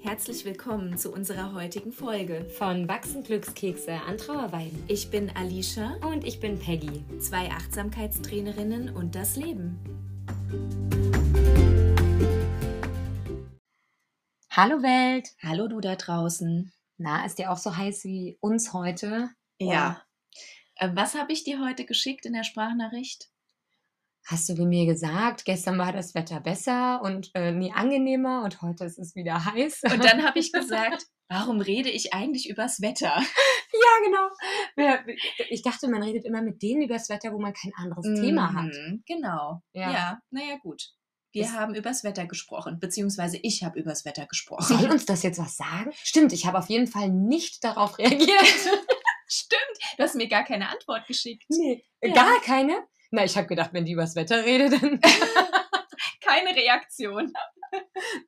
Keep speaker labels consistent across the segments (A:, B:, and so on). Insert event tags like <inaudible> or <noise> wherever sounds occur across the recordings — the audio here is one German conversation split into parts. A: herzlich willkommen zu unserer heutigen Folge.
B: Von Wachsen Glückskekse an Trauerweiden.
A: Ich bin Alicia,
B: Und ich bin Peggy.
A: zwei Achtsamkeitstrainerinnen und das Leben.
B: Hallo Welt!
A: Hallo du da draußen.
B: Na, ist dir auch so heiß wie uns heute?
A: Ja. Äh, Was habe ich dir heute geschickt in der Sprachnachricht?
B: Hast du mir gesagt, gestern war das Wetter besser und äh, nie angenehmer und heute ist es wieder heiß. <laughs>
A: Und dann habe ich <laughs> gesagt, warum rede ich eigentlich übers Wetter?
B: ja, genau. Wer- Ich dachte, man redet immer mit denen über das Wetter, wo man kein anderes Thema hat.
A: Mhm, Genau. Ja, naja gut. Wir
B: Ist-
A: haben übers Wetter gesprochen, beziehungsweise ich habe übers Wetter gesprochen. <laughs>
B: Soll uns das jetzt was sagen? Stimmt, ich habe auf jeden Fall nicht darauf <laughs> reagiert.
A: Stimmt, du hast mir gar keine Antwort geschickt.
B: nee,
A: Ja.
B: gar keine. Na, ich habe gedacht, wenn die über das Wetter redet, dann. <laughs>
A: Keine Reaktion.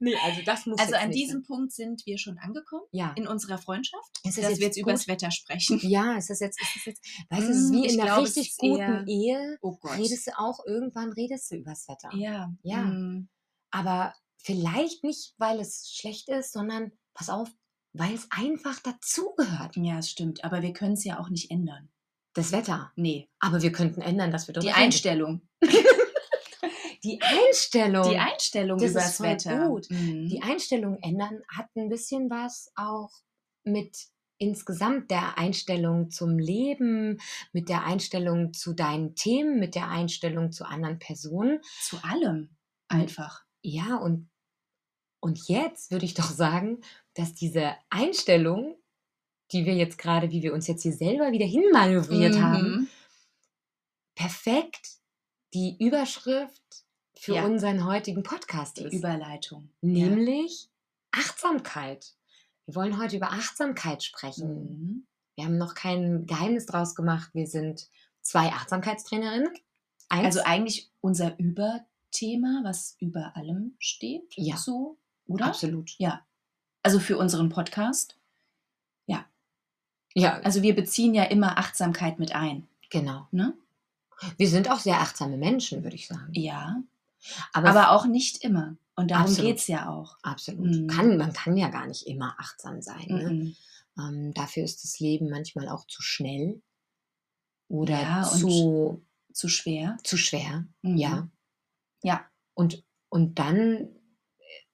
B: nee, also das muss.
A: Also
B: jetzt
A: an
B: nicht
A: diesem Punkt sind wir schon angekommen
B: sein. Ja.
A: in unserer Freundschaft,
B: Ist das
A: dass wir jetzt
B: jetzt
A: über
B: gut?
A: <laughs> das Wetter sprechen.
B: Ja, ist das jetzt, ist das jetzt, weißt du, es ist
A: Mm,
B: wie
A: ich
B: in einer
A: glaube, es
B: richtig
A: ist eher-
B: guten Ehe,
A: Oh Gott.
B: redest du auch irgendwann redest du übers Wetter.
A: Ja.
B: Ja.
A: mm.
B: Aber vielleicht nicht, weil es schlecht ist, sondern pass auf, weil es einfach dazugehört.
A: Ja, es stimmt. Aber wir können es ja auch nicht ändern.
B: Das Wetter.
A: Nee.
B: Aber wir könnten ändern, dass wir
A: Die
B: darüber reden.
A: Einstellung.
B: Die Einstellung.
A: Die Einstellung
B: Das
A: über
B: ist
A: das
B: voll
A: Wetter.
B: gut.
A: Mhm.
B: Die Einstellung ändern hat ein bisschen was auch mit insgesamt der Einstellung zum Leben, mit der Einstellung zu deinen Themen, mit der Einstellung zu anderen Personen.
A: Zu allem. Einfach.
B: Ja, und, und jetzt würde ich <laughs> doch sagen, dass diese Einstellung, die wir jetzt gerade, wie wir uns jetzt hier selber wieder hinmanövriert haben,
A: Mhm.
B: perfekt die Überschrift für
A: Ja.
B: unseren heutigen Podcast
A: Die
B: ist.
A: Überleitung.
B: nämlich Achtsamkeit. Wir wollen heute über Achtsamkeit
A: Ja.
B: sprechen.
A: Mhm.
B: Wir haben noch kein Geheimnis draus gemacht. Wir sind zwei Achtsamkeitstrainerinnen. Eins,
A: Also eigentlich unser Überthema, was über allem steht.
B: Ja.
A: So, oder?
B: absolut.
A: Ja. Also für unseren Podcast.
B: Ja,
A: Also wir beziehen ja immer Achtsamkeit mit ein.
B: genau.
A: Ne?
B: Wir sind auch sehr achtsame Menschen, würde ich sagen.
A: Ja.
B: Aber,
A: Aber auch nicht immer. Und darum
B: Absolut.
A: geht es ja auch.
B: Absolut.
A: Mhm.
B: Kann, man kann ja gar nicht immer achtsam sein. Ne?
A: Mhm.
B: Ähm, dafür ist das Leben manchmal auch zu schnell oder
A: Ja, und-
B: zu,
A: Zu schwer.
B: zu schwer.
A: Mhm.
B: Ja.
A: Ja.
B: Und, und dann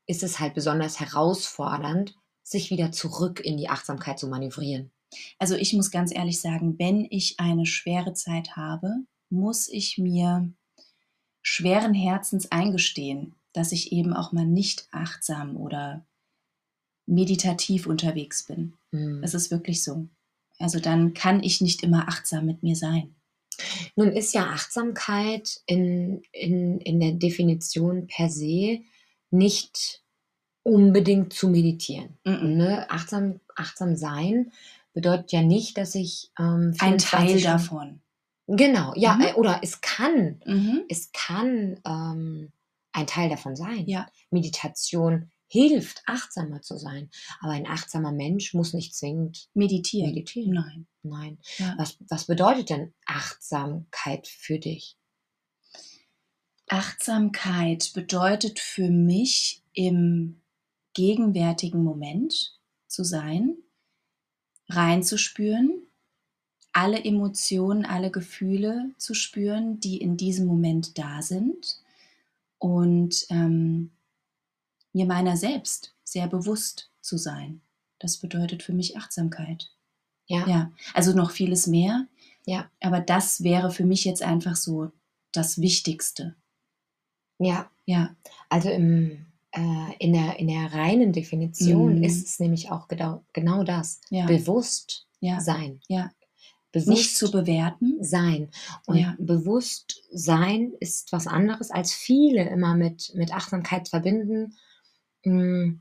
B: ist es halt besonders herausfordernd, sich wieder zurück in die Achtsamkeit zu manövrieren.
A: Also ich muss ganz ehrlich sagen, wenn ich eine schwere Zeit habe, muss ich mir schweren Herzens eingestehen, dass ich eben auch mal nicht achtsam oder meditativ unterwegs bin.
B: Mhm.
A: Es ist wirklich so. Also dann kann ich nicht immer achtsam mit mir sein.
B: Nun ist ja Achtsamkeit in, in, in der Definition per se nicht unbedingt zu meditieren.
A: Mhm.
B: Ne? Achtsam, achtsam sein bedeutet ja nicht, dass ich ähm,
A: Ein Teil
B: 24 Stunden-
A: davon.
B: Genau, ja,
A: Mhm.
B: äh, oder es kann,
A: Mhm.
B: es kann ähm, ein Teil davon sein.
A: Ja.
B: Meditation hilft, achtsamer zu sein, aber ein achtsamer Mensch muss nicht zwingend
A: Meditieren.
B: meditieren.
A: Nein.
B: Nein.
A: genau. Ja.
B: Was, was bedeutet denn Achtsamkeit für dich?
A: Achtsamkeit bedeutet für mich im gegenwärtigen Moment zu sein, reinzuspüren, alle Emotionen, alle Gefühle zu spüren, die in diesem Moment da sind und ähm, mir meiner selbst sehr bewusst zu sein. Das bedeutet für mich Achtsamkeit.
B: Ja.
A: Ja, also noch vieles mehr.
B: Ja.
A: Aber das wäre für mich jetzt einfach so das Wichtigste.
B: Ja,
A: Ja,
B: also im, äh, in, der, in der reinen Definition
A: Mhm.
B: ist es nämlich auch genau, genau das.
A: ja,
B: Bewusst
A: ja.
B: sein.
A: Ja.
B: Bewusst
A: Nicht zu bewerten.
B: sein. Und
A: Ja.
B: bewusst sein ist was anderes, als viele immer mit, mit Achtsamkeit verbinden. Mm,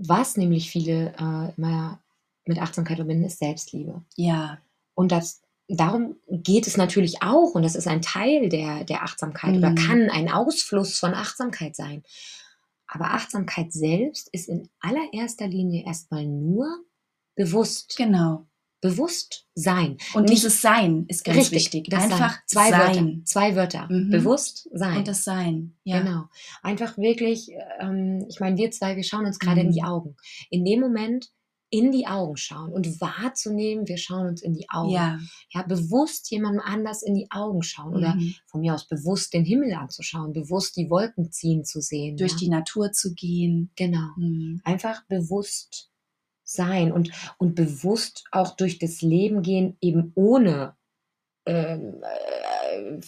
B: Was nämlich viele äh, immer mit Achtsamkeit verbinden, ist Selbstliebe.
A: Ja,
B: Und das, darum geht es natürlich auch. Und das ist ein Teil der, der Achtsamkeit oder
A: Mhm.
B: kann ein Ausfluss von Achtsamkeit sein. Aber Achtsamkeit selbst ist in allererster Linie erstmal nur bewusst.
A: genau.
B: bewusst sein.
A: Und
B: Nicht-
A: dieses Sein ist ganz wichtig.
B: das
A: Einfach
B: sein. zwei Wörter.
A: sein.
B: Zwei Wörter.
A: Mhm.
B: Bewusst sein.
A: Und das Sein. Ja.
B: Genau. Einfach wirklich, ähm, ich meine, wir zwei, wir schauen uns gerade in die
A: Mhm.
B: Augen. In dem Moment in die Augen schauen und wahrzunehmen, wir schauen uns in die Augen.
A: Ja.
B: Ja, bewusst jemandem anders in die Augen schauen oder
A: Mhm.
B: von mir aus bewusst den Himmel anzuschauen, bewusst die Wolken ziehen zu sehen.
A: Durch
B: ja.
A: die Natur zu gehen.
B: Genau.
A: Mhm.
B: Einfach bewusst sein und, und bewusst auch durch das Leben gehen, eben ohne ähm, äh,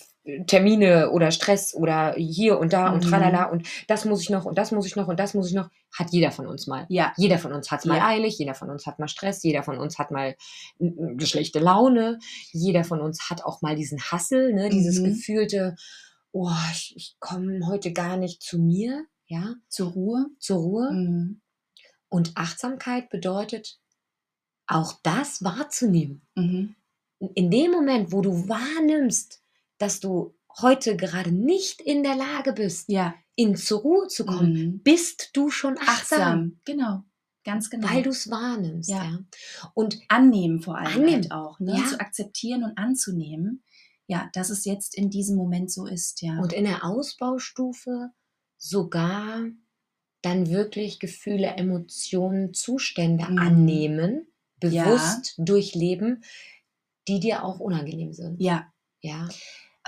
B: Termine oder Stress oder hier und da und
A: Mhm.
B: tralala und das muss ich noch und das muss ich noch und das muss ich noch. Hat jeder von uns mal.
A: Ja.
B: Jeder von uns hat mal
A: Ja.
B: eilig, jeder von uns hat mal Stress, jeder von uns hat mal mm, schlechte Laune, jeder von uns hat auch mal diesen Hassel, ne? dieses
A: Mhm.
B: gefühlte, oh, ich, ich komme heute gar nicht zu mir, ja,
A: Zur Ruhe.
B: zur Ruhe.
A: Mhm.
B: Und Achtsamkeit bedeutet, auch das wahrzunehmen.
A: Mhm.
B: In dem Moment, wo du wahrnimmst, dass du heute gerade nicht in der Lage bist,
A: Ja.
B: in zur Ruhe zu kommen,
A: Mhm.
B: bist du schon achtsam,
A: Achtsam. Genau. Ganz genau.
B: weil du es wahrnimmst. Ja.
A: Ja.
B: Und
A: annehmen vor allem
B: Annehmen.
A: halt auch. Ne?
B: Ja.
A: Zu akzeptieren und anzunehmen. Ja, dass es jetzt in diesem Moment so ist. Ja.
B: Und in der Ausbaustufe sogar dann wirklich Gefühle, Emotionen, Zustände
A: Mhm.
B: annehmen,
A: Ja.
B: bewusst durchleben, die dir auch unangenehm sind.
A: ja.
B: Ja.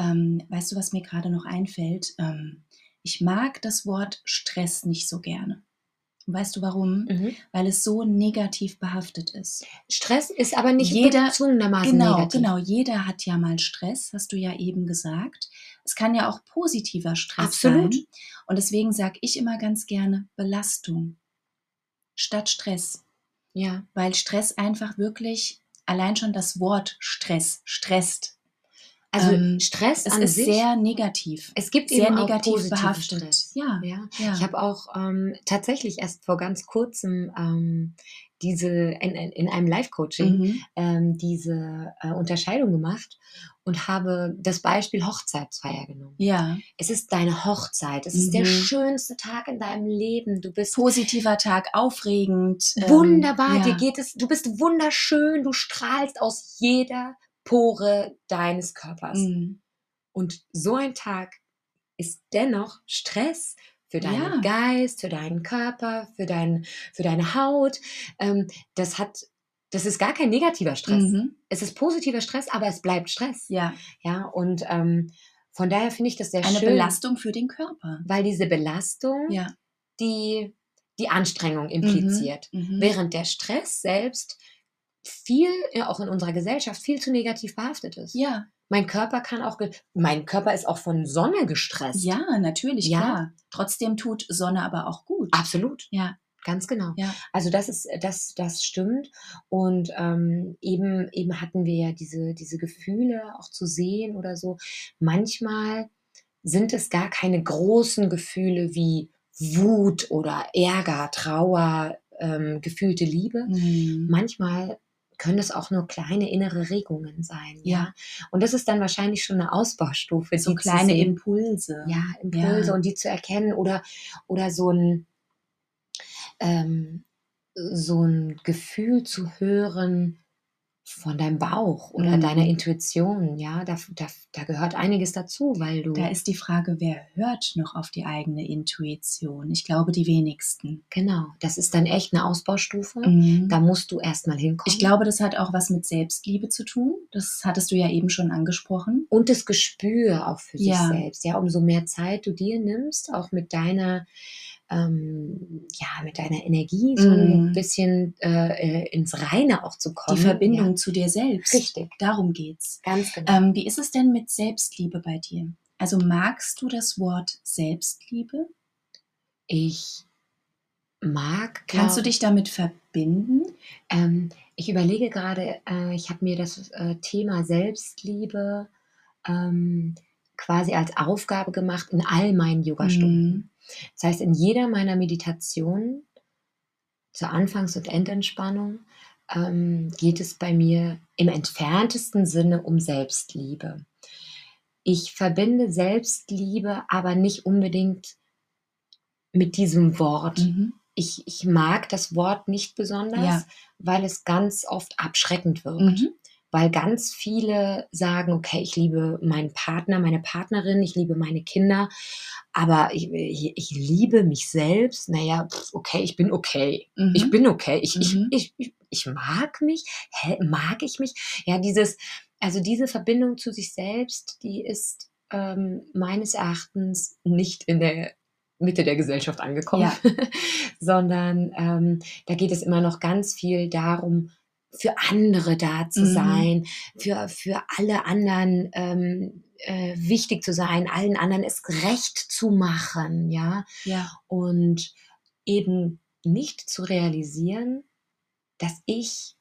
A: Ähm, weißt du, was mir gerade noch einfällt? Ähm, ich mag das Wort Stress nicht so gerne. Und weißt du warum?
B: Mhm.
A: Weil es so negativ behaftet ist.
B: Stress ist aber nicht
A: Jeder-
B: gezwungenermaßen
A: genau,
B: Also negativ.
A: genau. Jeder hat ja mal Stress, hast du ja eben gesagt. Es kann ja auch positiver Stress
B: Absolut.
A: sein. Und deswegen sage ich immer ganz gerne Belastung statt Stress.
B: Ja.
A: Weil Stress einfach wirklich, allein schon das Wort Stress, stresst.
B: Also
A: Ähm,
B: Stress
A: Es
B: an
A: ist
B: sich.
A: sehr negativ.
B: es gibt
A: Sehr
B: eben auch
A: negativ
B: positiven
A: behaftet.
B: Stress.
A: Ja.
B: Ja.
A: ja.
B: Ich habe auch ähm, tatsächlich erst vor ganz kurzem ähm, diese in, in, in einem Live-Coaching
A: mhm.
B: ähm, diese äh, Unterscheidung gemacht und habe das Beispiel Hochzeitsfeier genommen.
A: Ja,
B: Es ist deine Hochzeit, es ist der
A: Mhm.
B: schönste Tag in deinem Leben. Du bist
A: positiver Tag, aufregend. ähm,
B: wunderbar,
A: ja.
B: dir geht es, du bist wunderschön, du strahlst aus jeder Pore deines Körpers.
A: Mhm.
B: Und so ein Tag ist dennoch Stress für deinen
A: Ja.
B: Geist, für deinen Körper, für, dein, für deine Haut. Ähm, das hat, das ist gar kein negativer Stress.
A: Mhm.
B: Es ist positiver Stress, aber es bleibt Stress.
A: Ja,
B: Ja, und ähm, von daher finde ich das sehr
A: eine
B: schön,
A: Belastung für den Körper.
B: weil diese Belastung
A: Ja.
B: die, die Anstrengung impliziert.
A: Mhm. Mhm.
B: Während der Stress selbst viel, ja, auch in unserer Gesellschaft, viel zu negativ behaftet ist.
A: Ja,
B: Mein Körper kann auch, ge- mein Körper ist auch von Sonne gestresst.
A: ja, natürlich,
B: Ja.
A: klar. Trotzdem tut Sonne aber auch gut.
B: Absolut.
A: Ja.
B: Ganz genau.
A: Ja.
B: Also das ist, das, das stimmt. Und ähm, eben, eben hatten wir ja diese, diese Gefühle auch zu sehen oder so. Manchmal sind es gar keine großen Gefühle wie Wut oder Ärger, Trauer, ähm, gefühlte Liebe.
A: Mhm.
B: Manchmal können es auch nur kleine innere Regungen sein. Ja.
A: Ja.
B: Und das ist dann wahrscheinlich schon eine Ausbaustufe.
A: So
B: die zu
A: kleine
B: sehen.
A: Impulse.
B: Ja, Impulse
A: Ja.
B: und die zu erkennen oder, oder so, ein, ähm, so ein Gefühl zu hören von deinem Bauch oder
A: Mhm.
B: deiner Intuition. Ja, da, da, da gehört einiges dazu, weil du.
A: Da ist die Frage, wer hört noch auf die eigene Intuition? Ich glaube, die wenigsten.
B: genau, das ist dann echt eine Ausbaustufe.
A: Mhm.
B: Da musst du erstmal hinkommen.
A: Ich glaube, das hat auch was mit Selbstliebe zu tun. Das hattest du ja eben schon angesprochen.
B: und das Gespür auch für
A: Ja.
B: sich selbst. Ja, umso mehr Zeit du dir nimmst, auch mit deiner, ähm, ja, mit deiner Energie so ein
A: Mm.
B: bisschen äh, äh, ins Reine auch zu kommen.
A: Die Verbindung
B: Ja,
A: zu dir selbst.
B: richtig,
A: Darum geht's.
B: ganz genau.
A: Ähm, wie ist es denn mit Selbstliebe bei dir? Also magst du das Wort Selbstliebe?
B: Ich mag.
A: Kannst
B: glaub-
A: du dich damit verbinden?
B: Ähm, ich überlege gerade, äh, ich habe mir das äh, Thema Selbstliebe ähm, quasi als Aufgabe gemacht in all meinen Yogastunden.
A: Mhm.
B: Das heißt, in jeder meiner Meditationen zur Anfangs- und Endentspannung ähm, geht es bei mir im entferntesten Sinne um Selbstliebe. Ich verbinde Selbstliebe aber nicht unbedingt mit diesem Wort.
A: Mhm.
B: ich, ich mag das Wort nicht besonders,
A: Ja.
B: weil es ganz oft abschreckend wirkt.
A: Mhm.
B: Weil ganz viele sagen, okay, ich liebe meinen Partner, meine Partnerin, ich liebe meine Kinder, aber ich, ich, ich liebe mich selbst. Naja, pff, okay, ich bin okay.
A: Mhm.
B: Ich bin okay. Ich,
A: Mhm.
B: ich, ich, ich, ich mag mich. Hä, mag ich mich? Ja, dieses, also diese Verbindung zu sich selbst, die ist ähm, meines Erachtens nicht in der Mitte der Gesellschaft angekommen,
A: Ja.
B: <laughs> sondern ähm, da geht es immer noch ganz viel darum, für andere da zu
A: Mhm.
B: sein, für, für alle anderen ähm, äh, wichtig zu sein, allen anderen es recht zu machen, ja
A: ja.
B: und eben nicht zu realisieren, dass ich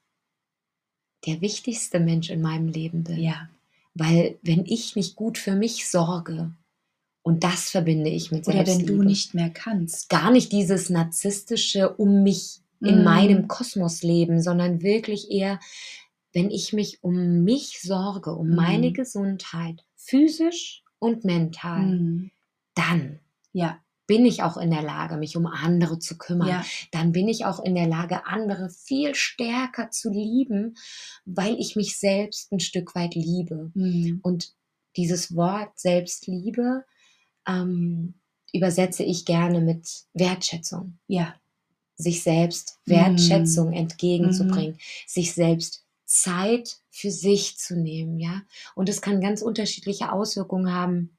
B: der wichtigste Mensch in meinem Leben bin.
A: Ja.
B: Weil wenn ich nicht gut für mich sorge, und das verbinde ich mit
A: Oder wenn
B: Selbstliebe.
A: du nicht mehr kannst.
B: gar nicht dieses narzisstische um mich in
A: Mhm.
B: meinem Kosmos leben, sondern wirklich eher, wenn ich mich um mich sorge, um
A: Mhm.
B: meine Gesundheit, physisch und mental,
A: Mhm.
B: dann
A: Ja.
B: bin ich auch in der Lage, mich um andere zu kümmern
A: Ja.
B: dann bin ich auch in der Lage, andere viel stärker zu lieben, weil ich mich selbst ein Stück weit liebe.
A: Mhm.
B: Und dieses Wort Selbstliebe ähm, übersetze ich gerne mit Wertschätzung.
A: Ja.
B: Sich selbst
A: Mhm.
B: Wertschätzung entgegenzubringen, sich selbst Zeit für sich zu nehmen, ja. Und das kann ganz unterschiedliche Auswirkungen haben.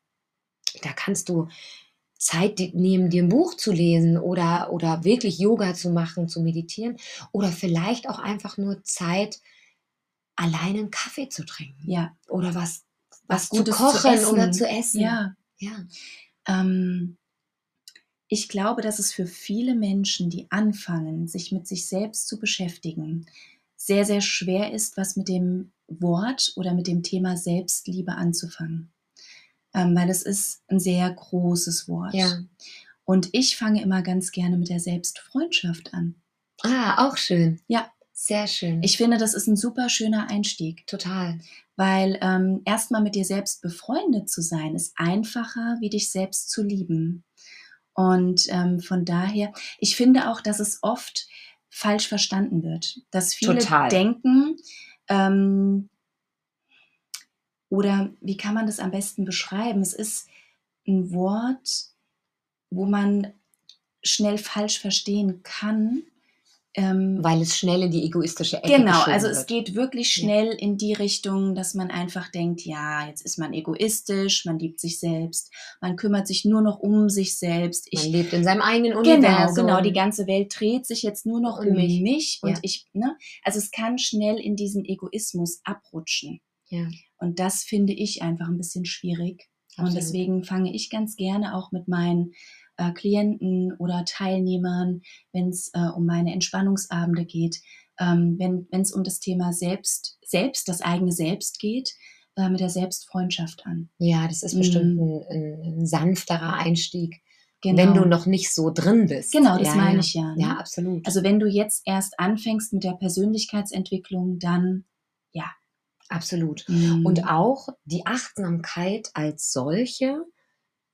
B: Da kannst du Zeit di- nehmen, dir ein Buch zu lesen oder, oder wirklich Yoga zu machen, zu meditieren oder vielleicht auch einfach nur Zeit, alleine einen Kaffee zu trinken
A: Ja.
B: oder was,
A: Was
B: was, zu
A: Gutes zu
B: kochen
A: essen.
B: oder zu essen.
A: Ja.
B: ja.
A: Ähm, ich glaube, dass es für viele Menschen, die anfangen, sich mit sich selbst zu beschäftigen, sehr, sehr schwer ist, was mit dem Wort oder mit dem Thema Selbstliebe anzufangen. Ähm, weil es ist ein sehr großes Wort.
B: ja.
A: Und ich fange immer ganz gerne mit der Selbstfreundschaft an.
B: Ah, auch schön.
A: Ja.
B: Sehr schön.
A: Ich finde, das ist ein super schöner Einstieg,
B: Total.
A: weil ähm, erstmal mit dir selbst befreundet zu sein, ist einfacher, wie dich selbst zu lieben. Und ähm, von daher, ich finde auch, dass es oft falsch verstanden wird, dass viele
B: Total.
A: denken, ähm, oder wie kann man das am besten beschreiben? Es ist ein Wort, wo man schnell falsch verstehen kann. Ähm,
B: Weil es schnell in die egoistische Ecke
A: Genau,
B: geschoben
A: also
B: wird.
A: es geht wirklich
B: Ja.
A: schnell in die Richtung, dass man einfach denkt, ja, jetzt ist man egoistisch, man liebt sich selbst, man kümmert sich nur noch um sich selbst.
B: Man
A: Ich,
B: lebt in seinem eigenen
A: genau,
B: Universum.
A: genau, die ganze Welt dreht sich jetzt nur noch
B: Und
A: um mich,
B: mich.
A: und
B: Ja.
A: ich, ne? Also es kann schnell in diesen Egoismus abrutschen.
B: Ja,
A: Und das finde ich einfach ein bisschen schwierig. Und
B: absolut.
A: deswegen fange ich ganz gerne auch mit meinen äh, Klienten oder Teilnehmern, wenn es äh, um meine Entspannungsabende geht, ähm, wenn es um das Thema Selbst, Selbst, das eigene Selbst geht, äh, mit der Selbstfreundschaft an.
B: Ja, das ist
A: Mm.
B: bestimmt ein, ein, ein sanfterer Einstieg,
A: Genau.
B: wenn du noch nicht so drin bist.
A: Genau, das
B: ja,
A: meine
B: ja.
A: ich ja, ne?
B: Ja, absolut.
A: also wenn du jetzt erst anfängst mit der Persönlichkeitsentwicklung, dann
B: absolut.
A: mm,
B: Und auch die Achtsamkeit als solche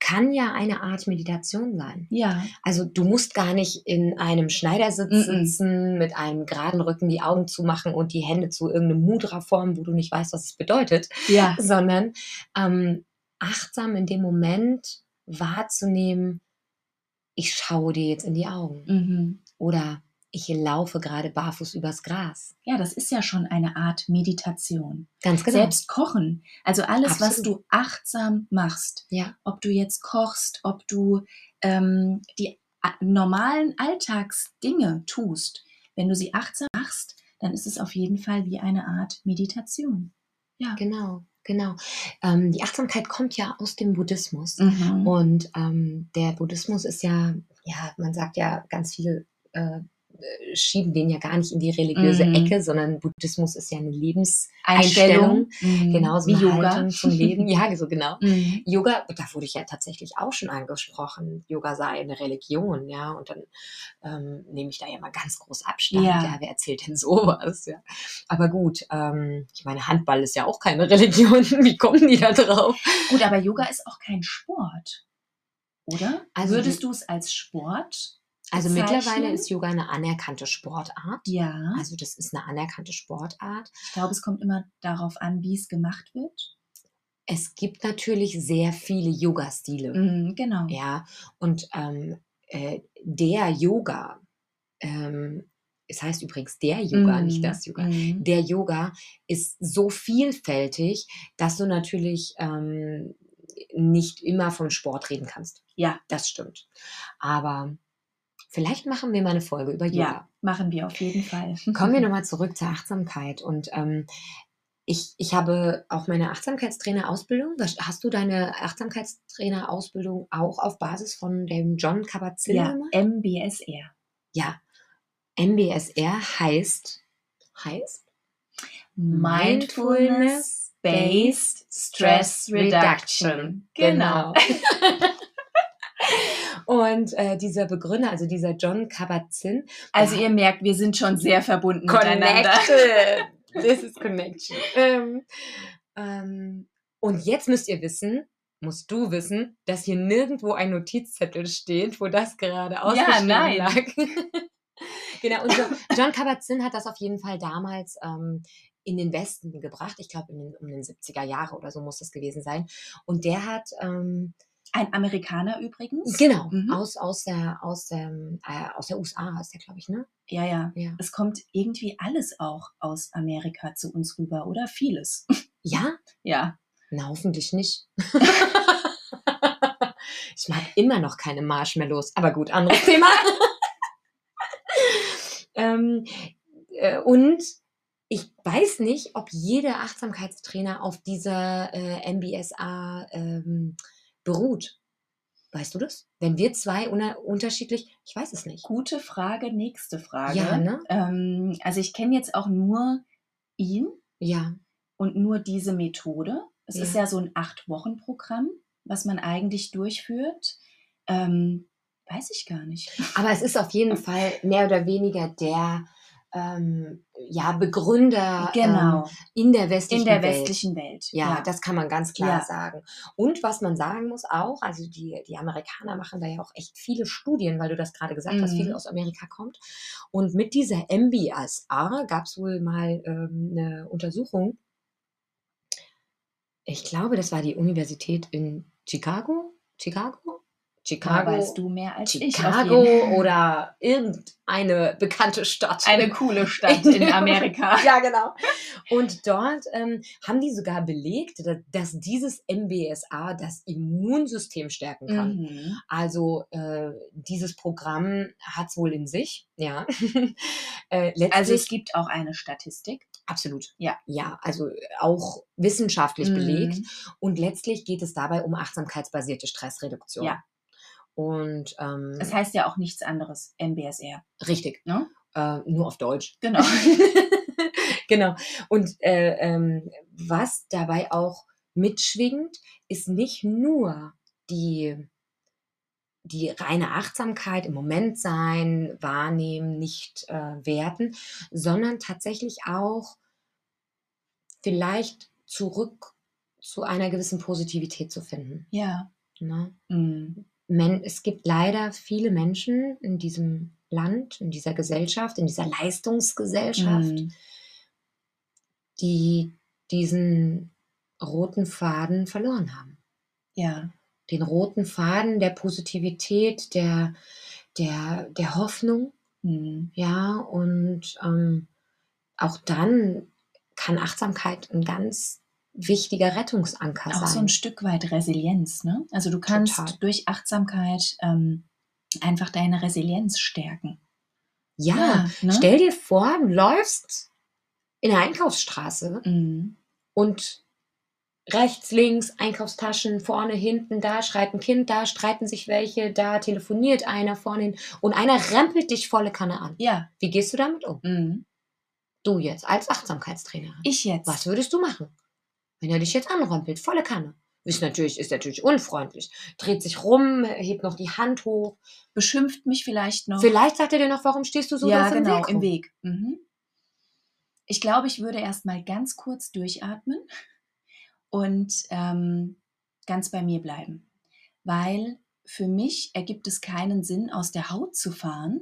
B: kann ja eine Art Meditation sein.
A: ja,
B: Also du musst gar nicht in einem Schneidersitz
A: Mm-mm.
B: sitzen, mit einem geraden Rücken die Augen zumachen und die Hände zu irgendeinem Mudra formen, wo du nicht weißt, was es bedeutet.
A: ja, <laughs>
B: sondern ähm, achtsam in dem Moment wahrzunehmen, ich schaue dir jetzt in die Augen
A: mhm.
B: oder ich laufe gerade barfuß übers Gras.
A: ja, das ist ja schon eine Art Meditation.
B: Ganz genau.
A: Selbst kochen. Also alles, was
B: Absolut.
A: du achtsam machst.
B: Ja.
A: Ob du jetzt kochst, ob du ähm, die a- normalen Alltagsdinge tust. Wenn du sie achtsam machst, dann ist es auf jeden Fall wie eine Art Meditation. Ja.
B: Genau, genau. Ähm, die Achtsamkeit kommt ja aus dem Buddhismus.
A: Mhm.
B: Und ähm, der Buddhismus ist ja, ja, man sagt ja, ganz viele äh, äh, schieben den ja gar nicht in die religiöse
A: Mhm.
B: Ecke, sondern Buddhismus ist ja eine Lebens-,
A: Mhm.
B: genauso
A: wie
B: Genau, eine
A: Yoga.
B: Haltung
A: <laughs>
B: zum Leben. Ja, so genau.
A: Mhm.
B: Yoga, da wurde ich ja tatsächlich auch schon angesprochen. Yoga sei eine Religion, ja. Und dann ähm, nehme ich da ja mal ganz groß Abstand.
A: Ja.
B: Ja, wer erzählt denn <laughs> sowas? Ja. Aber gut, ähm, ich meine, Handball ist ja auch keine <laughs> Religion. Wie kommen die da drauf?
A: Gut, aber Yoga ist auch kein Sport, oder?
B: Also
A: Würdest
B: die-
A: du es als Sport
B: Also
A: bezeichnen?
B: mittlerweile ist Yoga eine anerkannte Sportart.
A: Ja,
B: Also das ist eine anerkannte Sportart.
A: ich glaube, es kommt immer darauf an, wie es gemacht wird.
B: Es gibt natürlich sehr viele Yoga-Stile.
A: Mhm, genau.
B: Ja, und ähm, äh, der Yoga, ähm, es heißt übrigens der Yoga,
A: Mhm,
B: nicht das Yoga.
A: mhm.
B: Der Yoga ist so vielfältig, dass du natürlich ähm, nicht immer vom Sport reden kannst.
A: Ja.
B: Das stimmt. Aber vielleicht machen wir mal eine Folge über Yoga.
A: Ja, machen wir auf jeden Fall. <laughs>
B: Kommen wir nochmal zurück zur Achtsamkeit. Und ähm, ich, ich habe auch meine Achtsamkeitstrainerausbildung. Was- Hast du deine Achtsamkeitstrainerausbildung auch auf Basis von dem John Kabat-Zinn
A: Ja,
B: gemacht?
A: MBSR.
B: Ja. MBSR heißt, heißt
A: Mindfulness Based Stress Reduction. Genau.
B: <laughs> Und äh, dieser Begründer, also dieser John Kabat-Zinn,
A: Also ihr merkt, wir sind schon sehr verbunden miteinander.
B: Connected. <laughs> This is connection. ähm, ähm, und jetzt müsst ihr wissen, musst du wissen, dass hier nirgendwo ein Notizzettel steht, wo das gerade ausgeschrieben
A: nein.
B: lag. <laughs> genau. Und John- John Kabat-Zinn hat das auf jeden Fall damals ähm, in den Westen gebracht. Ich glaube, in den, um den 70er Jahre oder so muss das gewesen sein. Und der hat ähm,
A: Ein Amerikaner übrigens.
B: genau
A: Mhm.
B: aus aus der aus der, äh, aus der USA ist der, glaube ich, ne?
A: Ja, ja.
B: Ja.
A: Es kommt irgendwie alles auch aus Amerika zu uns rüber, oder? Vieles. <laughs>
B: Ja,
A: Ja.
B: Na, hoffentlich nicht. <laughs> ich mag immer noch keine Marshmallows, aber gut,
A: <laughs>
B: anderes Thema. ähm, äh, und ich weiß nicht, ob jeder Achtsamkeitstrainer auf dieser äh, MBSA ähm, beruht. Weißt du das? Wenn wir zwei una- unterschiedlich, ich weiß es nicht.
A: Gute Frage, nächste Frage.
B: Ja, ne?
A: ähm, also ich kenne jetzt auch nur ihn
B: Ja,
A: und nur diese Methode. Es
B: Ja.
A: ist ja so ein Acht-Wochen-Programm, was man eigentlich durchführt. Ähm, weiß ich gar nicht.
B: Aber es ist auf jeden Fall mehr oder weniger der ähm, ja,
A: <laughs>
B: Begründer ähm,
A: genau.
B: in der
A: in
B: westlichen
A: der
B: Welt.
A: westlichen Welt.
B: Ja, das kann man ganz klar
A: Ja.
B: sagen. Und was man sagen muss auch, also die, die Amerikaner machen da ja auch echt viele Studien, weil du das gerade gesagt hast,
A: Mhm.
B: viel aus Amerika kommt. Und mit dieser MBSR gab es wohl mal ähm, eine Untersuchung. Ich glaube, das war die Universität in Chicago. Chicago?
A: da
B: Chicago.
A: weißt du mehr als ich. auf
B: Chicago
A: jeden Fall.
B: oder irgendeine bekannte Stadt. <laughs>
A: Eine coole Stadt in <laughs> Amerika.
B: ja, genau. Und dort ähm, haben die sogar belegt, dass, dass dieses MBSA das Immunsystem stärken kann.
A: Mhm.
B: Also äh, dieses Programm hat es wohl in sich. Ja. <laughs> äh, letztlich,
A: Also es gibt auch eine Statistik.
B: absolut.
A: Ja.
B: Ja, also auch wissenschaftlich
A: Mhm.
B: belegt. Und letztlich geht es dabei um achtsamkeitsbasierte Stressreduktion.
A: Ja.
B: Und ähm,
A: Es heißt ja auch nichts anderes, MBSR.
B: richtig.
A: Ne?
B: Äh, nur auf Deutsch. <laughs>
A: Genau.
B: genau. Und äh, ähm, was dabei auch mitschwingt, ist nicht nur die, die reine Achtsamkeit im Moment sein, wahrnehmen, nicht äh, werten, sondern tatsächlich auch vielleicht zurück zu einer gewissen Positivität zu finden.
A: Ja.
B: Ne?
A: Mhm.
B: Men es gibt leider viele Menschen in diesem Land, in dieser Gesellschaft, in dieser Leistungsgesellschaft,
A: Mhm.
B: die diesen roten Faden verloren haben.
A: Ja.
B: Den roten Faden der Positivität, der, der, der Hoffnung,
A: Mhm.
B: ja, und ähm, auch dann kann Achtsamkeit ein ganz wichtiger Rettungsanker
A: Auch
B: sein.
A: so ein Stück weit Resilienz. Ne? Also du kannst
B: Total.
A: durch Achtsamkeit ähm, einfach deine Resilienz stärken.
B: ja,
A: ne?
B: stell dir vor, du läufst in der Einkaufsstraße
A: Mhm.
B: und rechts, links, Einkaufstaschen, vorne, hinten, da schreit ein Kind, da streiten sich welche, da telefoniert einer vorne hin und einer rempelt dich volle Kanne an.
A: Ja.
B: Wie gehst du damit um?
A: Mhm.
B: Du jetzt als Achtsamkeitstrainerin.
A: Ich jetzt.
B: Was würdest du machen, wenn er dich jetzt anrempelt, volle Kanne? Ist natürlich, ist natürlich unfreundlich. Dreht sich rum, hebt noch die Hand hoch.
A: Beschimpft mich vielleicht noch.
B: Vielleicht sagt er dir noch, warum stehst du so
A: Genau. ja,
B: doof im
A: genau,
B: Weg?
A: im
B: rum?
A: Weg. Mhm. Ich glaube, ich würde erstmal ganz kurz durchatmen und ähm, ganz bei mir bleiben, weil für mich ergibt es keinen Sinn, aus der Haut zu fahren,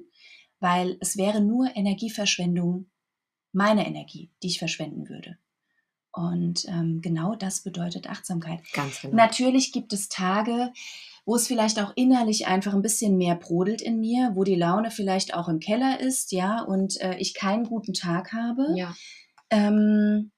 A: weil es wäre nur Energieverschwendung meiner Energie, die ich verschwenden würde. Und ähm, genau das bedeutet Achtsamkeit.
B: Ganz genau.
A: Natürlich gibt es Tage, wo es vielleicht auch innerlich einfach ein bisschen mehr brodelt in mir, wo die Laune vielleicht auch im Keller ist, ja, und äh, ich keinen guten Tag habe
B: ja.
A: ähm,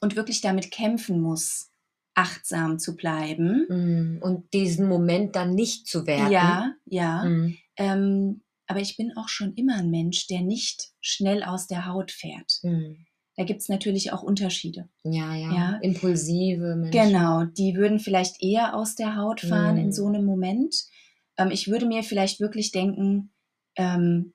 A: und wirklich damit kämpfen muss, achtsam zu bleiben.
B: Mm, Und diesen Moment dann nicht zu werden.
A: Ja, ja.
B: Mm.
A: Ähm, aber ich bin auch schon immer ein Mensch, der nicht schnell aus der Haut fährt.
B: Mm.
A: Da gibt es natürlich auch Unterschiede.
B: Ja, ja,
A: Ja.
B: Impulsive Menschen.
A: Genau, die würden vielleicht eher aus der Haut fahren
B: Mhm.
A: in so einem Moment. Ähm, ich würde mir vielleicht wirklich denken, ähm,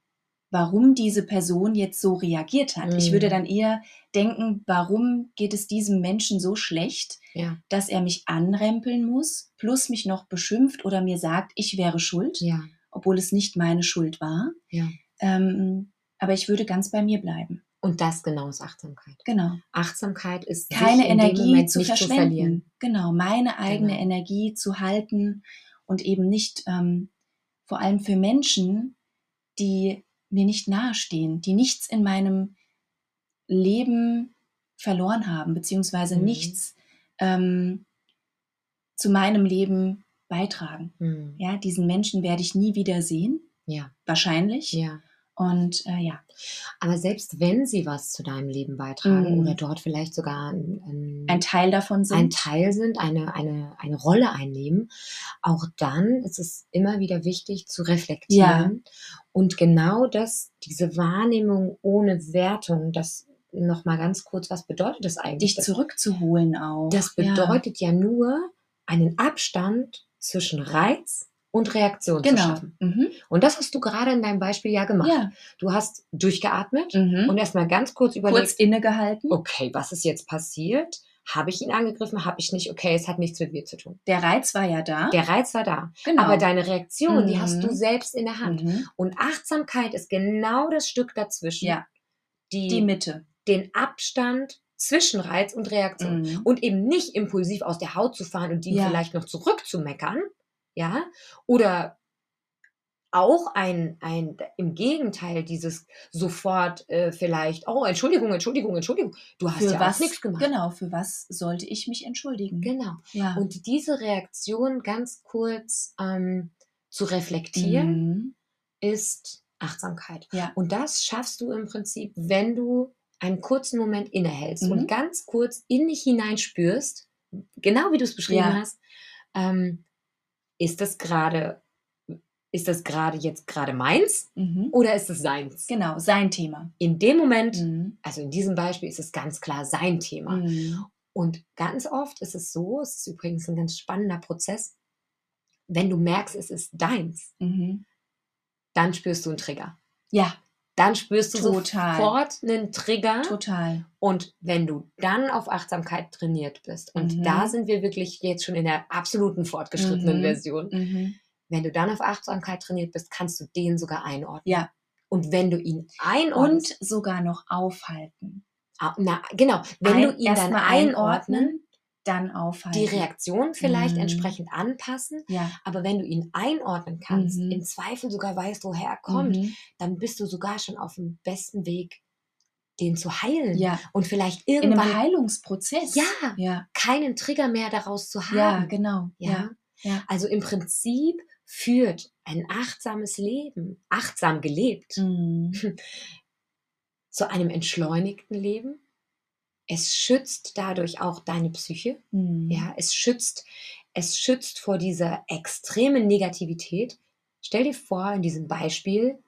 A: warum diese Person jetzt so reagiert hat. Ich
B: Mhm.
A: würde dann eher denken, warum geht es diesem Menschen so schlecht,
B: Ja,
A: dass er mich anrempeln muss, plus mich noch beschimpft oder mir sagt, ich wäre schuld,
B: ja,
A: obwohl es nicht meine Schuld war.
B: ja.
A: Ähm, aber ich würde ganz bei mir bleiben.
B: Und das genau ist Achtsamkeit.
A: Genau.
B: Achtsamkeit ist sich
A: Keine
B: in dem
A: Energie
B: Moment
A: zu
B: nicht zu
A: verschwenden.
B: verlieren.
A: genau, meine eigene
B: Genau.
A: Energie zu halten und eben nicht, ähm, vor allem für Menschen, die mir nicht nahestehen, die nichts in meinem Leben verloren haben, beziehungsweise
B: Mhm.
A: nichts ähm, zu meinem Leben beitragen.
B: Mhm.
A: Ja, diesen Menschen werde ich nie wieder sehen,
B: Ja,
A: wahrscheinlich.
B: ja.
A: Und äh, ja,
B: Aber selbst wenn sie was zu deinem Leben beitragen
A: Mhm.
B: oder dort vielleicht sogar ein, ein,
A: ein Teil davon sind.
B: Mhm. ein Teil sind, eine, eine, eine Rolle einnehmen, auch dann ist es immer wieder wichtig zu reflektieren und genau das, diese Wahrnehmung ohne Wertung, das nochmal ganz kurz, was bedeutet das eigentlich?
A: dich
B: Das,
A: zurückzuholen auch.
B: das bedeutet ja. nur, einen Abstand zwischen Reiz und Reaktion
A: ja.
B: zu
A: genau.
B: schaffen.
A: Mhm.
B: Und das hast du gerade in deinem Beispiel ja gemacht.
A: Ja.
B: Du hast durchgeatmet
A: Mhm. Oh.
B: und erstmal ganz kurz überlegt,
A: kurz mhm. innegehalten.
B: okay, was ist jetzt passiert? Habe ich ihn angegriffen? Habe ich nicht? Okay, es hat nichts mit mir zu tun.
A: Der Reiz war ja da.
B: Der Reiz war da.
A: genau.
B: Aber deine Reaktion, die hast du
A: Mhm.
B: selbst in der Hand.
A: mhm.
B: Und Achtsamkeit ist genau das Stück dazwischen,
A: Ja,
B: die,
A: die Mitte.
B: den Abstand zwischen Reiz und Reaktion.
A: Mhm.
B: Und eben nicht impulsiv aus der Haut zu fahren und ihn
A: Ja.
B: vielleicht noch zurückzumeckern. Ja. Oder auch ein, ein, im Gegenteil, dieses sofort äh, vielleicht, oh, Entschuldigung, Entschuldigung, Entschuldigung, du hast
A: Für
B: ja
A: was,
B: auch nichts gemacht.
A: Genau, für was sollte ich mich entschuldigen?
B: Genau.
A: Ja. Mhm.
B: Und diese Reaktion ganz kurz ähm, zu reflektieren,
A: mhm.
B: ist Achtsamkeit.
A: Ja.
B: Und das schaffst du im Prinzip, wenn du einen kurzen Moment innehältst
A: Mhm.
B: und ganz kurz in dich hineinspürst, genau wie du es beschrieben
A: Ja.
B: hast, ähm, ist das gerade, ist das gerade jetzt gerade meins
A: Mhm.
B: oder ist es seins?
A: Genau, sein Thema.
B: In dem Moment,
A: Mhm.
B: also in diesem Beispiel ist es ganz klar sein Thema.
A: Mhm.
B: Und ganz oft ist es so, es ist übrigens ein ganz spannender Prozess, wenn du merkst, es ist deins,
A: Mhm.
B: dann spürst du einen Trigger.
A: Ja,
B: Dann spürst du
A: Total.
B: sofort einen Trigger.
A: total.
B: Und wenn du dann auf Achtsamkeit trainiert bist, und
A: Mhm.
B: da sind wir wirklich jetzt schon in der absoluten fortgeschrittenen
A: Mhm.
B: Version,
A: Mhm.
B: wenn du dann auf Achtsamkeit trainiert bist, kannst du den sogar einordnen.
A: Ja.
B: Und wenn du ihn einordnest,
A: Und sogar noch aufhalten.
B: ah, na, genau, wenn
A: Ein-
B: du ihn dann
A: erstmal
B: einordnen,
A: dann
B: die
A: aufhalten.
B: Reaktion vielleicht
A: Mhm.
B: entsprechend anpassen,
A: Ja.
B: aber wenn du ihn einordnen kannst,
A: Mhm.
B: im Zweifel sogar weißt, woher er kommt,
A: Mhm.
B: dann bist du sogar schon auf dem besten Weg, den zu heilen
A: Ja.
B: und vielleicht
A: In einem
B: irgendwann
A: Heilungsprozess.
B: Ja.
A: Ja.
B: keinen Trigger mehr daraus zu
A: Ja,
B: haben.
A: genau. Ja. ja.
B: Also im Prinzip führt ein achtsames Leben, achtsam gelebt,
A: <laughs> Mhm.
B: zu einem entschleunigten Leben. Es schützt dadurch auch deine Psyche.
A: Mhm.
B: Ja, es schützt, es schützt vor dieser extremen Negativität. Stell dir vor, in diesem Beispiel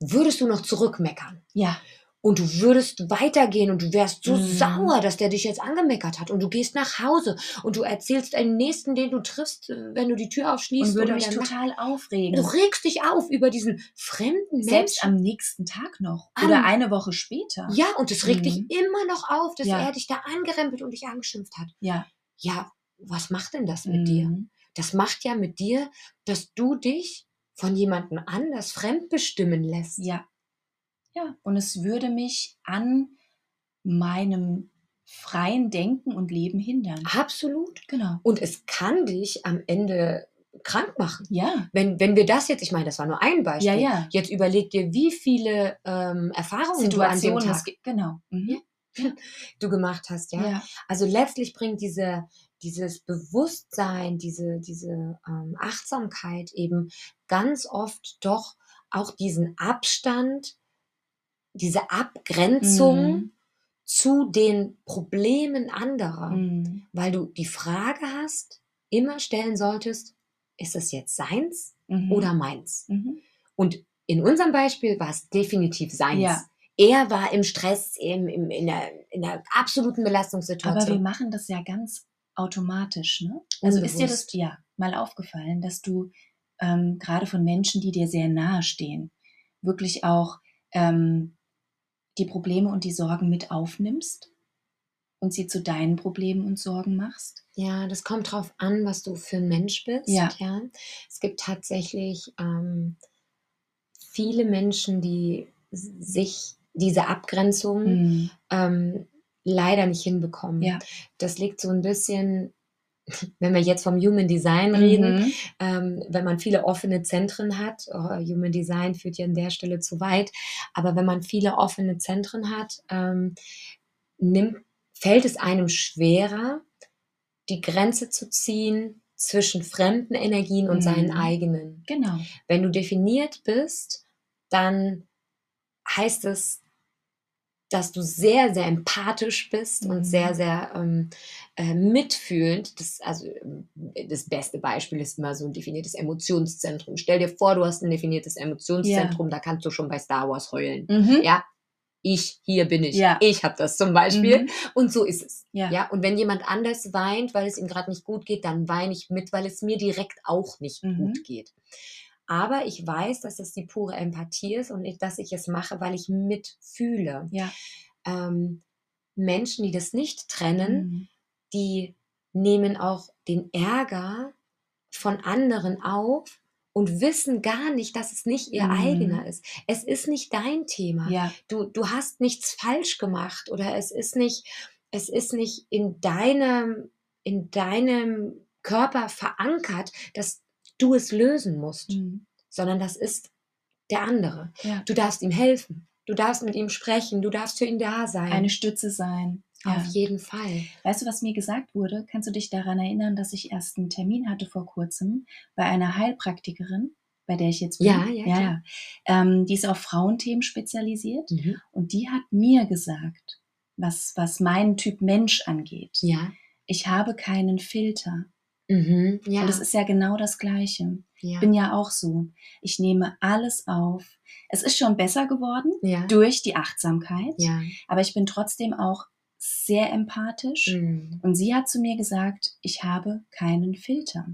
B: würdest du noch zurückmeckern.
A: Ja.
B: Und du würdest weitergehen und du wärst so
A: Mhm.
B: sauer, dass der dich jetzt angemeckert hat. Und du gehst nach Hause und du erzählst dem Nächsten, den du triffst, äh, wenn du die Tür aufschließt.
A: Und würde
B: oder
A: mich
B: dann-
A: total
B: Du
A: aufregen.
B: regst dich auf über diesen fremden
A: Selbst
B: Menschen.
A: am nächsten Tag noch.
B: Am-
A: Oder eine Woche später.
B: Ja, und es regt
A: Mhm.
B: dich immer noch auf, dass
A: Ja.
B: er dich da angerempelt und dich angeschimpft hat.
A: Ja.
B: Ja, was macht denn das mit dir?
A: Mhm.
B: Das macht ja mit dir, dass du dich von jemandem anders fremdbestimmen lässt.
A: Ja. Ja. Und es würde mich an meinem freien Denken und Leben hindern.
B: Absolut.
A: Genau.
B: Und es kann dich am Ende krank machen.
A: Ja,
B: Wenn, wenn wir das jetzt, ich meine, das war nur ein Beispiel.
A: ja, ja.
B: Jetzt überleg dir, wie viele ähm, Erfahrungen du an dem
A: Situationen, es
B: Tag
A: gibt- genau. Mhm.
B: du gemacht hast. Ja?
A: Ja.
B: Also letztlich bringt diese, dieses Bewusstsein, diese, diese ähm, Achtsamkeit eben ganz oft doch auch diesen Abstand, diese Abgrenzung
A: Mhm.
B: zu den Problemen anderer,
A: Mhm.
B: weil du die Frage hast, immer stellen solltest, ist es jetzt seins
A: Mhm.
B: oder meins?
A: Mhm.
B: Und in unserem Beispiel war es definitiv seins.
A: Ja.
B: Er war im Stress, im, im, in, der, in der absoluten
A: Aber wir
B: Belastungssituation.
A: machen das ja ganz automatisch. Ne? Also ist dir das
B: Unbewusst.
A: ja mal aufgefallen, dass du ähm, gerade von Menschen, die dir sehr nahe stehen, wirklich auch ähm, die Probleme und die Sorgen mit aufnimmst und sie zu deinen Problemen und Sorgen machst?
B: ja, das kommt drauf an, was du für ein Mensch bist.
A: Ja.
B: Es gibt tatsächlich ähm, viele Menschen, die s- sich diese Abgrenzung
A: Mhm.
B: ähm, leider nicht hinbekommen.
A: Ja.
B: Das liegt so ein bisschen, <laughs> wenn wir jetzt vom Human Design reden,
A: Mhm.
B: ähm, wenn man viele offene Zentren hat, oh, Human Design führt ja an der Stelle zu weit, aber wenn man viele offene Zentren hat, ähm, nimmt, fällt es einem schwerer, die Grenze zu ziehen zwischen fremden Energien und seinen
A: Mhm.
B: eigenen.
A: Genau.
B: Wenn du definiert bist, dann heißt es, dass du sehr, sehr empathisch bist
A: Mhm.
B: und sehr, sehr ähm, äh, mitfühlend. Das, also, ähm, das beste Beispiel ist immer so ein definiertes Emotionszentrum. Stell dir vor, du hast ein definiertes Emotionszentrum, da kannst du schon bei Star Wars heulen.
A: Mhm.
B: Ja, ich, hier bin ich.
A: Ja.
B: Ich habe das zum Beispiel.
A: Mhm.
B: Und so ist es.
A: Ja.
B: ja. Und wenn jemand anders weint, weil es ihm gerade nicht gut geht, dann weine ich mit, weil es mir direkt auch nicht
A: Mhm.
B: gut geht. Aber ich weiß, dass es die pure Empathie ist und ich, dass ich es mache, weil ich mitfühle.
A: Ja.
B: Ähm, Menschen, die das nicht trennen,
A: Mhm.
B: die nehmen auch den Ärger von anderen auf und wissen gar nicht, dass es nicht ihr
A: Mhm.
B: eigener ist. Es ist nicht dein Thema
A: Ja.
B: du, du hast nichts falsch gemacht oder es ist nicht, es ist nicht in deinem, in deinem Körper verankert, dass du es lösen musst,
A: Mhm.
B: sondern das ist der andere.
A: Ja.
B: Du darfst ihm helfen, du darfst mit ihm sprechen, du darfst für ihn da sein.
A: Eine Stütze sein. Ja.
B: Auf jeden Fall.
A: Weißt du, was mir gesagt wurde? Kannst du dich daran erinnern, dass ich erst einen Termin hatte vor kurzem bei einer Heilpraktikerin, bei der ich jetzt bin?
B: Ja, ja, klar.
A: Ähm, die ist auf Frauenthemen spezialisiert und die hat mir gesagt, was, was meinen Typ Mensch angeht.
B: Ja.
A: Ich habe keinen Filter.
B: Mhm. Ja.
A: Und es ist ja genau das Gleiche.
B: ja.
A: Ich bin ja auch so. Ich nehme alles auf. Es ist schon besser geworden
B: ja.
A: durch die Achtsamkeit,
B: ja.
A: aber ich bin trotzdem auch sehr empathisch.
B: Mhm.
A: Und sie hat zu mir gesagt, ich habe keinen Filter.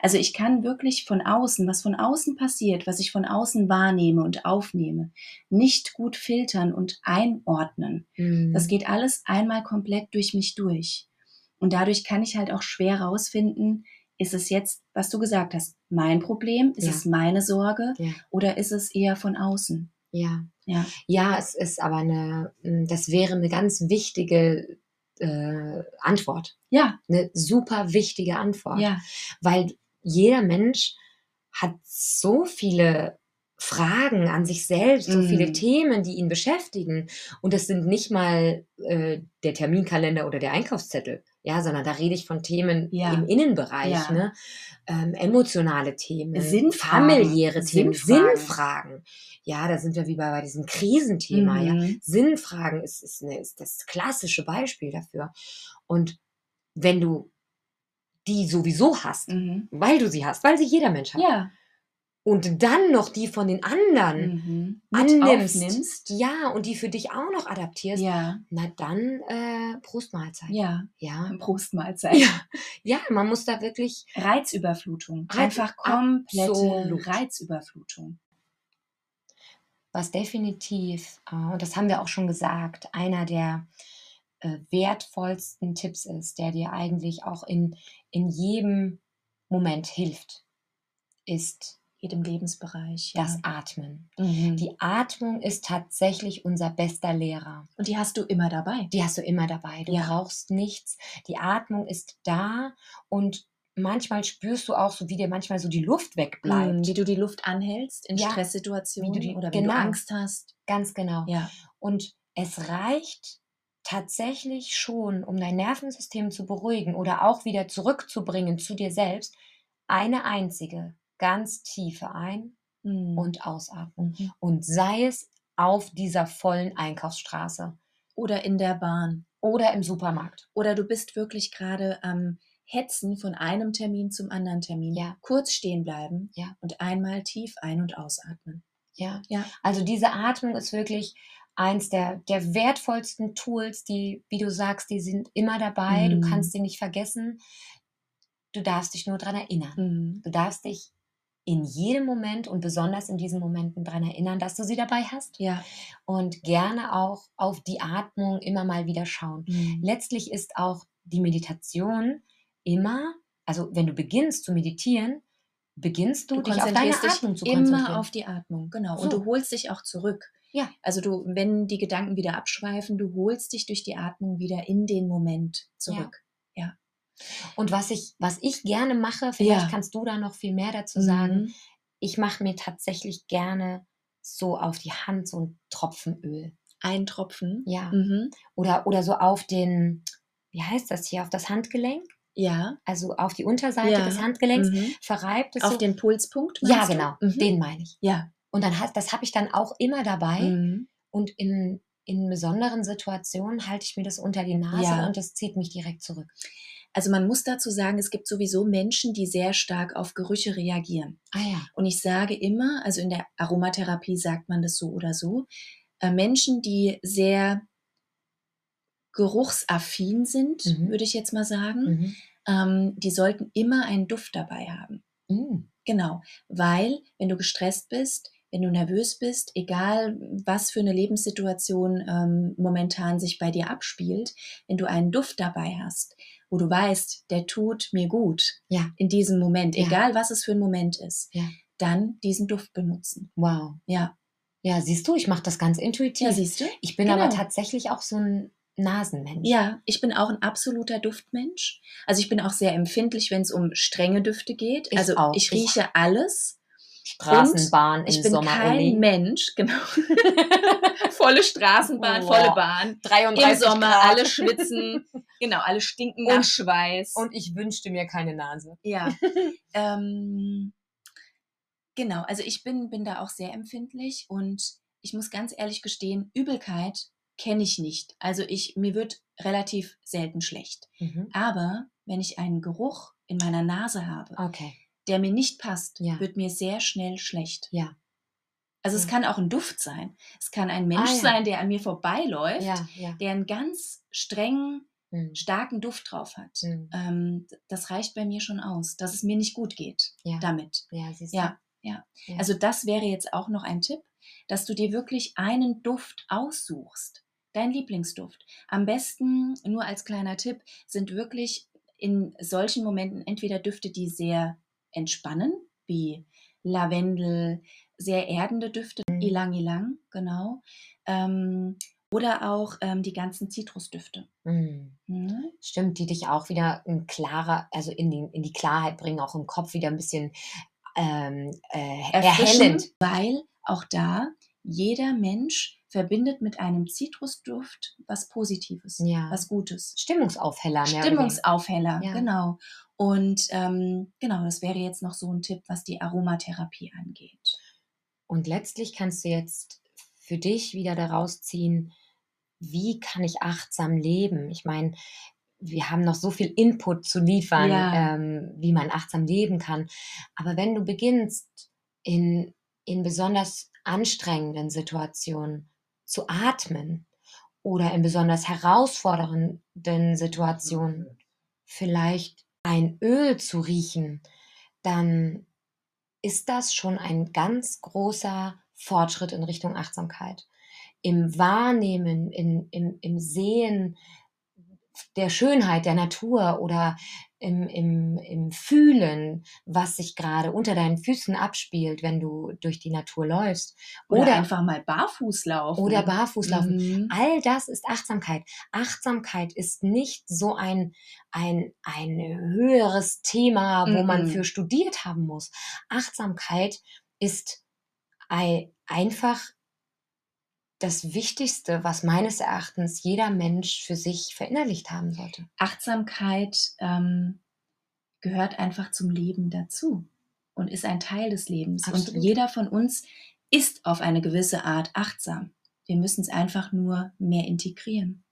A: Also ich kann wirklich von außen, was von außen passiert, was ich von außen wahrnehme und aufnehme, nicht gut filtern und einordnen.
B: Mhm.
A: Das geht alles einmal komplett durch mich durch. Und dadurch kann ich halt auch schwer rausfinden, ist es jetzt, was du gesagt hast, mein Problem? Ist
B: Ja.
A: es meine Sorge?
B: Ja.
A: Oder ist es eher von außen?
B: Ja.
A: Ja.
B: Ja, es ist aber eine, m, das wäre eine ganz wichtige äh, Antwort.
A: Ja,
B: Eine super wichtige Antwort.
A: ja,
B: Weil jeder Mensch hat so viele Fragen an sich selbst, so
A: Mm.
B: viele Themen, die ihn beschäftigen. Und das sind nicht mal äh, der Terminkalender oder der Einkaufszettel, ja, sondern da rede ich von Themen
A: Ja.
B: im Innenbereich,
A: Ja.
B: ne? ähm, emotionale Themen,
A: Sinnfragen.
B: familiäre Themen,
A: Sinnfragen.
B: Sinnfragen. Ja, da sind wir wie bei, bei diesem Krisenthema, ja.
A: Mhm.
B: Sinnfragen ist, ist, eine, ist das klassische Beispiel dafür. Und wenn du die sowieso hast,
A: Mhm.
B: weil du sie hast, weil sie jeder Mensch hat,
A: Ja.
B: und dann noch die von den anderen,
A: mhm.
B: annimmst.
A: aufnimmst.
B: ja, und die für dich auch noch adaptierst,
A: Ja,
B: na dann äh, Prostmahlzeit.
A: ja.
B: Ja. <laughs>
A: Prostmahlzeit.
B: Ja. <laughs> ja, man muss da wirklich
A: Reizüberflutung.
B: Reiz-
A: Einfach komplette
B: Absolut.
A: Reizüberflutung.
B: was definitiv, äh, und das haben wir auch schon gesagt, einer der äh, wertvollsten Tipps ist, der dir eigentlich auch in, in jedem Moment hilft, ist
A: Jedem Lebensbereich. Ja.
B: das Atmen.
A: Mhm.
B: Die Atmung ist tatsächlich unser bester Lehrer.
A: Und die hast du immer dabei.
B: Die hast du immer dabei. Du
A: Ja.
B: brauchst nichts. Die Atmung ist da und manchmal spürst du auch so, wie dir manchmal so die Luft
A: Mhm,
B: wegbleibt.
A: wie du die Luft anhältst in
B: Ja.
A: Stresssituationen
B: Wie du die-
A: oder wenn
B: genau.
A: du Angst hast.
B: Ganz genau.
A: Ja.
B: Und es reicht tatsächlich schon, um dein Nervensystem zu beruhigen oder auch wieder zurückzubringen zu dir selbst, eine einzige ganz tiefe Ein-
A: Mhm.
B: und Ausatmung.
A: Mhm.
B: Und sei es auf dieser vollen Einkaufsstraße
A: oder in der Bahn.
B: oder im Supermarkt.
A: Oder du bist wirklich gerade am Hetzen von einem Termin zum anderen Termin.
B: Ja.
A: Kurz stehen bleiben
B: Ja.
A: und einmal tief ein- und ausatmen.
B: Ja.
A: Ja.
B: Also diese Atmung ist wirklich eins der, der wertvollsten Tools, die, wie du sagst, die sind immer dabei.
A: Mhm.
B: Du kannst sie nicht vergessen. Du darfst dich nur daran erinnern.
A: Mhm.
B: Du darfst dich in jedem Moment und besonders in diesen Momenten daran erinnern, dass du sie dabei hast
A: Ja.
B: und gerne auch auf die Atmung immer mal wieder schauen.
A: Mhm.
B: Letztlich ist auch die Meditation immer, also wenn du beginnst zu meditieren, beginnst du, dich auf deine Atmung zu konzentrieren.
A: immer auf die Atmung, genau.
B: So.
A: Und du holst dich auch zurück.
B: Ja.
A: Also du, wenn die Gedanken wieder abschweifen, du holst dich durch die Atmung wieder in den Moment zurück.
B: und was ich, was ich gerne mache, vielleicht
A: Ja.
B: kannst du da noch viel mehr dazu sagen.
A: Mhm.
B: Ich mache mir tatsächlich gerne so auf die Hand so einen Tropfen Öl.
A: Ein Tropfen.
B: Ja.
A: Mhm.
B: oder, oder so auf den, wie heißt das hier, auf das Handgelenk,
A: Ja.
B: also auf die Unterseite
A: Ja.
B: des Handgelenks,
A: Mhm.
B: verreibt es
A: Auf
B: so.
A: den Pulspunkt.
B: ja,
A: meinst du?
B: genau,
A: Mhm.
B: den meine ich.
A: Ja.
B: Und dann hat, das habe ich dann auch immer dabei
A: Mhm.
B: und in, in besonderen Situationen halte ich mir das unter die Nase
A: Ja.
B: und das zieht mich direkt zurück.
A: Also man muss dazu sagen, es gibt sowieso Menschen, die sehr stark auf Gerüche reagieren.
B: Ah ja,
A: Und ich sage immer, also in der Aromatherapie sagt man das so oder so, äh, Menschen, die sehr geruchsaffin sind,
B: Mhm.
A: würde ich jetzt mal sagen,
B: mhm.
A: ähm, die sollten immer einen Duft dabei haben.
B: Mhm.
A: Genau, weil wenn du gestresst bist, wenn du nervös bist, egal was für eine Lebenssituation ähm, momentan sich bei dir abspielt, wenn du einen Duft dabei hast, wo du weißt, der tut mir gut
B: Ja.
A: in diesem Moment,
B: Ja.
A: egal was es für ein Moment ist,
B: Ja.
A: dann diesen Duft benutzen.
B: wow.
A: Ja,
B: Ja, siehst du, ich mache das ganz intuitiv.
A: ja siehst du?
B: ich bin aber
A: genau.
B: tatsächlich auch so ein Nasenmensch.
A: Ja, ich bin auch ein absoluter Duftmensch. Also ich bin auch sehr empfindlich, wenn es um strenge Düfte geht.
B: Ich
A: also
B: auch.
A: ich
B: Ich-
A: rieche alles.
B: Straßenbahn im
A: Ich bin
B: Sommer,
A: kein
B: Olli.
A: Mensch, <laughs>
B: <laughs>
A: genau. volle Straßenbahn,
B: Boah.
A: volle Bahn.
B: 33
A: Im Sommer
B: Grad. <laughs>
A: alle schwitzen, genau, alle stinken nach
B: Und-
A: Schweiß.
B: Und ich wünschte mir keine Nase. <laughs>
A: ja. ähm, genau, also ich bin, bin da auch sehr empfindlich und ich muss ganz ehrlich gestehen, Übelkeit kenne ich nicht. Also ich, mir wird relativ selten schlecht.
B: Mhm.
A: Aber wenn ich einen Geruch in meiner Nase habe,
B: Okay.
A: der mir nicht passt,
B: Ja.
A: wird mir sehr schnell schlecht.
B: Ja.
A: Also es
B: Ja.
A: kann auch ein Duft sein. Es kann ein Mensch
B: Ah, ja.
A: sein, der an mir vorbeiläuft,
B: Ja, ja.
A: der einen ganz strengen,
B: Mhm.
A: starken Duft drauf hat.
B: Mhm.
A: Ähm, d- das reicht bei mir schon aus, dass es mir nicht gut geht
B: Ja.
A: damit.
B: Ja, siehst du.
A: Ja, ja,
B: Ja.
A: Also das wäre jetzt auch noch ein Tipp, dass du dir wirklich einen Duft aussuchst. Dein Lieblingsduft. Am besten, nur als kleiner Tipp, sind wirklich in solchen Momenten entweder Düfte, die sehr entspannen, wie Lavendel, sehr erdende Düfte,
B: Mhm.
A: Ilang Ilang, genau. Ähm, oder auch ähm, die ganzen Zitrusdüfte.
B: Mhm.
A: Mhm.
B: Stimmt, die dich auch wieder in klarer, also in die, in die Klarheit bringen, auch im Kopf wieder ein bisschen ähm, äh,
A: Erfrischend,
B: erhellend.
A: weil auch da jeder Mensch verbindet mit einem Zitrusduft was Positives,
B: Ja.
A: was Gutes.
B: Stimmungsaufheller. mehr oder weniger.
A: Stimmungsaufheller,
B: Ja.
A: genau. Und ähm, genau, das wäre jetzt noch so ein Tipp, was die Aromatherapie angeht.
B: Und letztlich kannst du jetzt für dich wieder daraus ziehen, wie kann ich achtsam leben? Ich meine, wir haben noch so viel Input zu liefern,
A: Ja.
B: ähm, wie man achtsam leben kann. Aber wenn du beginnst, in, in besonders anstrengenden Situationen zu atmen oder in besonders herausfordernden Situationen vielleicht ein Öl zu riechen, dann ist das schon ein ganz großer Fortschritt in Richtung Achtsamkeit. Im Wahrnehmen, in, im, im Sehen der Schönheit der Natur oder im, im, im Fühlen, was sich gerade unter deinen Füßen abspielt, wenn du durch die Natur läufst.
A: Oder, einfach mal barfuß laufen.
B: Oder barfuß laufen.
A: Mhm.
B: All das ist Achtsamkeit. Achtsamkeit ist nicht so ein, ein, ein höheres Thema, wo man
A: Mhm.
B: für studiert haben muss. Achtsamkeit ist ei- einfach das Wichtigste, was meines Erachtens jeder Mensch für sich verinnerlicht haben sollte.
A: Achtsamkeit ähm, gehört einfach zum Leben dazu und ist ein Teil des Lebens. Und
B: Absolut.
A: jeder von uns ist auf eine gewisse Art achtsam. Wir müssen es einfach nur mehr integrieren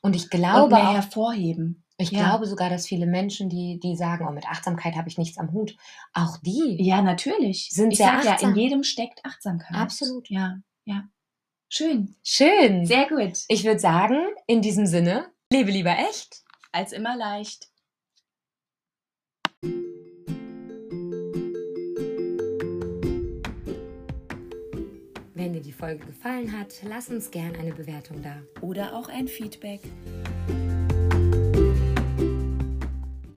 B: Und ich
A: und
B: glaube
A: mehr
B: auch,
A: hervorheben.
B: ich
A: ja.
B: glaube sogar, dass viele Menschen, die, die sagen, oh, mit Achtsamkeit habe ich nichts am Hut, auch die.
A: Ja, natürlich.
B: Sind
A: ich
B: sehr
A: sag ja,
B: achtsam.
A: in jedem steckt Achtsamkeit.
B: Absolut.
A: Ja, ja. Schön.
B: Schön.
A: Sehr gut.
B: ich würde sagen, in diesem Sinne, lebe lieber echt.
A: Als immer leicht.
B: Wenn dir die Folge gefallen hat, lass uns gern eine Bewertung da.
A: Oder auch ein Feedback.